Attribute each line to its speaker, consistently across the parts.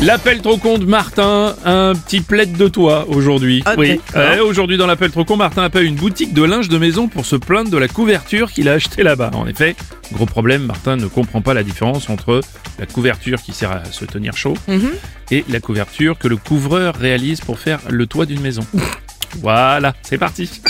Speaker 1: L'appel trop con de Martin, un petit plaid de toi aujourd'hui. oui. Euh, aujourd'hui dans l'appel trop con, Martin appelle une boutique de linge de maison pour se plaindre de la couverture qu'il a achetée là-bas. En effet, gros problème, Martin ne comprend pas la différence entre la couverture qui sert à se tenir chaud et la couverture que le couvreur réalise pour faire le toit d'une maison. voilà, c'est parti.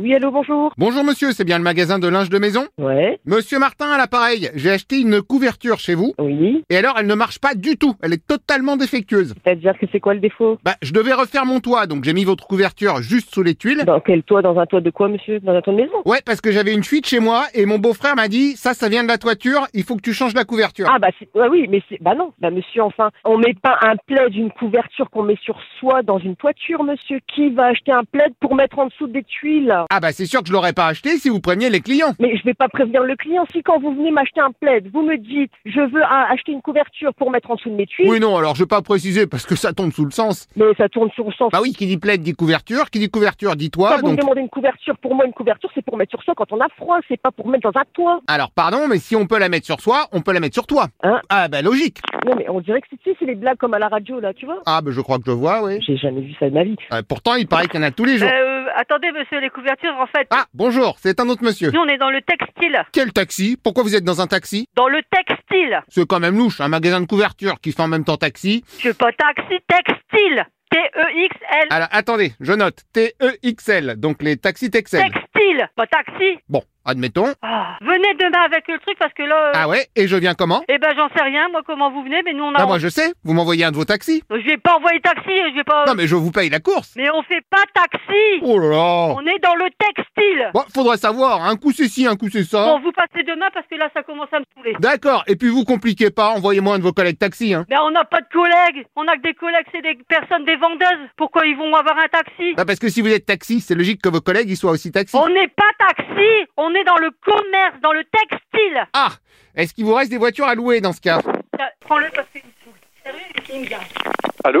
Speaker 2: Oui, allô, bonjour.
Speaker 3: Bonjour monsieur, c'est bien le magasin de linge de maison
Speaker 2: Ouais,
Speaker 3: Monsieur Martin à l'appareil, j'ai acheté une couverture chez vous,
Speaker 2: oui.
Speaker 3: et alors elle ne marche pas du tout, elle est totalement défectueuse.
Speaker 2: C'est-à-dire que c'est quoi le défaut
Speaker 3: Bah, je devais refaire mon toit, donc j'ai mis votre couverture juste sous les tuiles.
Speaker 2: Dans quel toit Dans un toit de quoi, monsieur Dans un toit de maison
Speaker 3: Ouais, parce que j'avais une fuite chez moi, et mon beau-frère m'a dit, ça, ça vient de la toiture, il faut que tu changes la couverture.
Speaker 2: Ah, bah c'est- ouais, oui, mais c'est... Bah non, bah monsieur, enfin, on met pas un plaid, une couverture qu'on met sur soi dans une toiture, monsieur. Qui va acheter un plaid pour mettre en dessous des tuiles
Speaker 3: Ah bah c'est sûr que je l'aurais pas acheté si vous preniez les clients.
Speaker 2: mais je vais pas prévenir le client. Si quand vous venez m'acheter un plaid, vous me dites je veux un- acheter une couverture pour mettre en dessous de mes tuiles,
Speaker 3: Oui non, alors je vais pas préciser parce que ça tombe sous le sens.
Speaker 2: mais ça tourne sur le sens.
Speaker 3: Bah oui, qui dit plaid dit couverture, qui dit couverture dit
Speaker 2: Quand
Speaker 3: toit,
Speaker 2: vous
Speaker 3: donc...
Speaker 2: me demandez une couverture, pour moi une couverture c'est pour mettre sur soi quand on a froid, c'est pas pour mettre dans un toit.
Speaker 3: Alors pardon, mais si on peut la mettre sur soi, on peut la mettre sur toi.
Speaker 2: Hein
Speaker 3: ah bah logique.
Speaker 2: Non mais on dirait que c'est, tu sais, c'est les blagues comme à la radio là, tu vois.
Speaker 3: Ah bah je crois que je vois, oui.
Speaker 2: J'ai jamais vu ça de ma vie.
Speaker 3: Euh, pourtant, il paraît qu'il y en a tous les jours.
Speaker 4: Euh, attendez, monsieur, les couvertures, en fait,
Speaker 3: Ah, bonjour, c'est un autre monsieur.
Speaker 4: nous, on est dans le textile.
Speaker 3: Quel taxi Pourquoi vous êtes dans un taxi
Speaker 4: Dans le textile.
Speaker 3: C'est quand même louche, un magasin de couverture qui fait en même temps taxi.
Speaker 4: Je pas taxi, textile. E T-E-X-L.
Speaker 3: Alors, attendez, je note. T-E-X-L, donc les taxis
Speaker 4: E
Speaker 3: Texel.
Speaker 4: Textile. Pas taxi.
Speaker 3: Bon, admettons.
Speaker 4: Ah, venez demain avec le truc parce que là. euh,
Speaker 3: Ah ouais, et je viens comment
Speaker 4: Eh ben, j'en sais rien, moi, comment vous venez, mais nous, on a.
Speaker 3: Bah moi je sais, vous m'envoyez un de vos taxis.
Speaker 4: Je vais pas envoyer taxi, je vais pas.
Speaker 3: Non mais je vous paye la course.
Speaker 4: Mais on fait pas taxi.
Speaker 3: Oh là là
Speaker 4: On est dans le textile.
Speaker 3: Bon, faudrait savoir, un coup c'est ci, un coup c'est ça.
Speaker 4: Bon, vous passez demain parce que là, ça commence à me saouler.
Speaker 3: D'accord, et puis vous compliquez pas, envoyez-moi un de vos collègues taxis, hein.
Speaker 4: Ben, on n'a pas de collègues. On a que des collègues, c'est des personnes, des vendeuses. Pourquoi ils vont avoir un taxi
Speaker 3: Bah parce que si vous êtes taxi, c'est logique que vos collègues ils soient aussi taxis.
Speaker 4: On n'est pas taxi, on est dans le commerce, dans le textile.
Speaker 3: Ah Est-ce qu'il vous reste des voitures à louer dans ce cas
Speaker 4: Tiens, Prends-le parce qu'il me saoule. Sérieux, il me gave.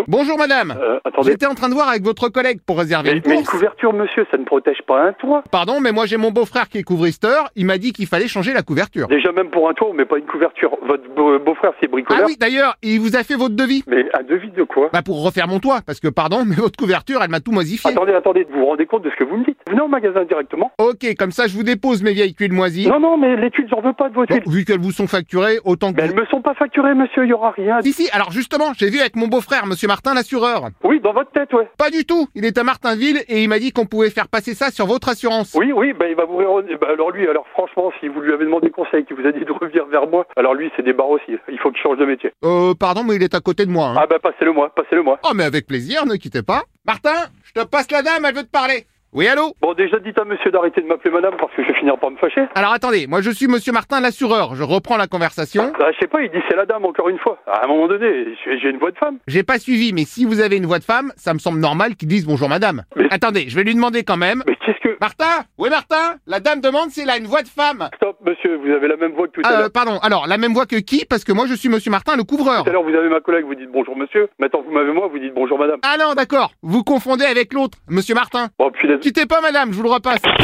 Speaker 3: Bonjour madame
Speaker 5: Euh, attendez.
Speaker 3: J'étais en train de voir avec votre collègue pour réserver
Speaker 5: Mais,
Speaker 3: une
Speaker 5: mais une
Speaker 3: course.
Speaker 5: couverture, monsieur, ça ne protège pas un toit.
Speaker 3: Pardon, mais moi j'ai mon beau-frère qui est couvristeur. Il m'a dit qu'il fallait changer la couverture.
Speaker 5: Déjà, même pour un toit, on met pas une couverture. Votre beau- beau-frère, c'est
Speaker 3: Ah
Speaker 5: bricoleur.
Speaker 3: oui, d'ailleurs, il vous a fait votre devis
Speaker 5: Mais un devis de quoi
Speaker 3: Bah pour refaire mon toit, parce que pardon, mais votre couverture, elle m'a tout modifié.
Speaker 5: Attendez, attendez, vous vous rendez compte de ce que vous me dites Venez au magasin directement.
Speaker 3: Ok, comme ça je vous dépose mes vieilles tuiles moisies.
Speaker 5: Non, non, mais les tuiles, j'en veux pas de
Speaker 3: Bon,
Speaker 5: vos tuiles.
Speaker 3: vu qu'elles vous sont facturées, autant que...
Speaker 5: Mais elles me sont pas facturées, monsieur, il y aura rien.
Speaker 3: Si, si, alors justement, j'ai vu avec mon beau-frère, monsieur Martin l'assureur.
Speaker 5: Oui, dans votre tête, ouais.
Speaker 3: Pas du tout, il est à Martinville et il m'a dit qu'on pouvait faire passer ça sur votre assurance.
Speaker 5: Oui, oui, bah, il va vous ré- bah, alors lui, alors franchement, si vous lui avez demandé conseil, qu'il vous a dit de revenir vers moi, alors lui, c'est des barres aussi. Il faut qu'il change de métier.
Speaker 3: Euh, pardon, mais il est à côté de moi. hein.
Speaker 5: Ah bah, passez-le moi, passez-le moi.
Speaker 3: Oh, mais avec plaisir, ne quittez pas. Martin, je te passe la dame, elle veut te parler. Oui, allô
Speaker 5: Bon, déjà, dites à monsieur d'arrêter de m'appeler madame parce que je vais finir par me fâcher.
Speaker 3: Alors attendez, moi je suis Monsieur Martin l'assureur, je reprends la conversation.
Speaker 5: Bah, je sais pas, il dit c'est la dame encore une fois. À un moment donné, j'ai j'ai une voix de femme.
Speaker 3: J'ai pas suivi, mais si vous avez une voix de femme, ça me semble normal qu'ils disent bonjour madame.
Speaker 5: Mais-
Speaker 3: Attendez, je vais lui demander quand même.
Speaker 5: Mais qu'est-ce que.
Speaker 3: Martin Oui Martin La dame demande s'il a une voix de femme.
Speaker 5: Stop, monsieur, vous avez la même voix que tout à
Speaker 3: Ah,
Speaker 5: l'heure.
Speaker 3: euh, pardon, alors la même voix que qui Parce que moi je suis Monsieur Martin le couvreur.
Speaker 5: Tout à l'heure, vous avez ma collègue, vous dites bonjour monsieur. Maintenant, vous m'avez moi, vous dites bonjour madame.
Speaker 3: Ah non, d'accord, vous confondez avec l'autre, Monsieur Martin.
Speaker 5: Bon, puis les-
Speaker 3: Quittez pas madame, je vous le repasse.
Speaker 6: Rire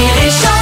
Speaker 6: et chanson.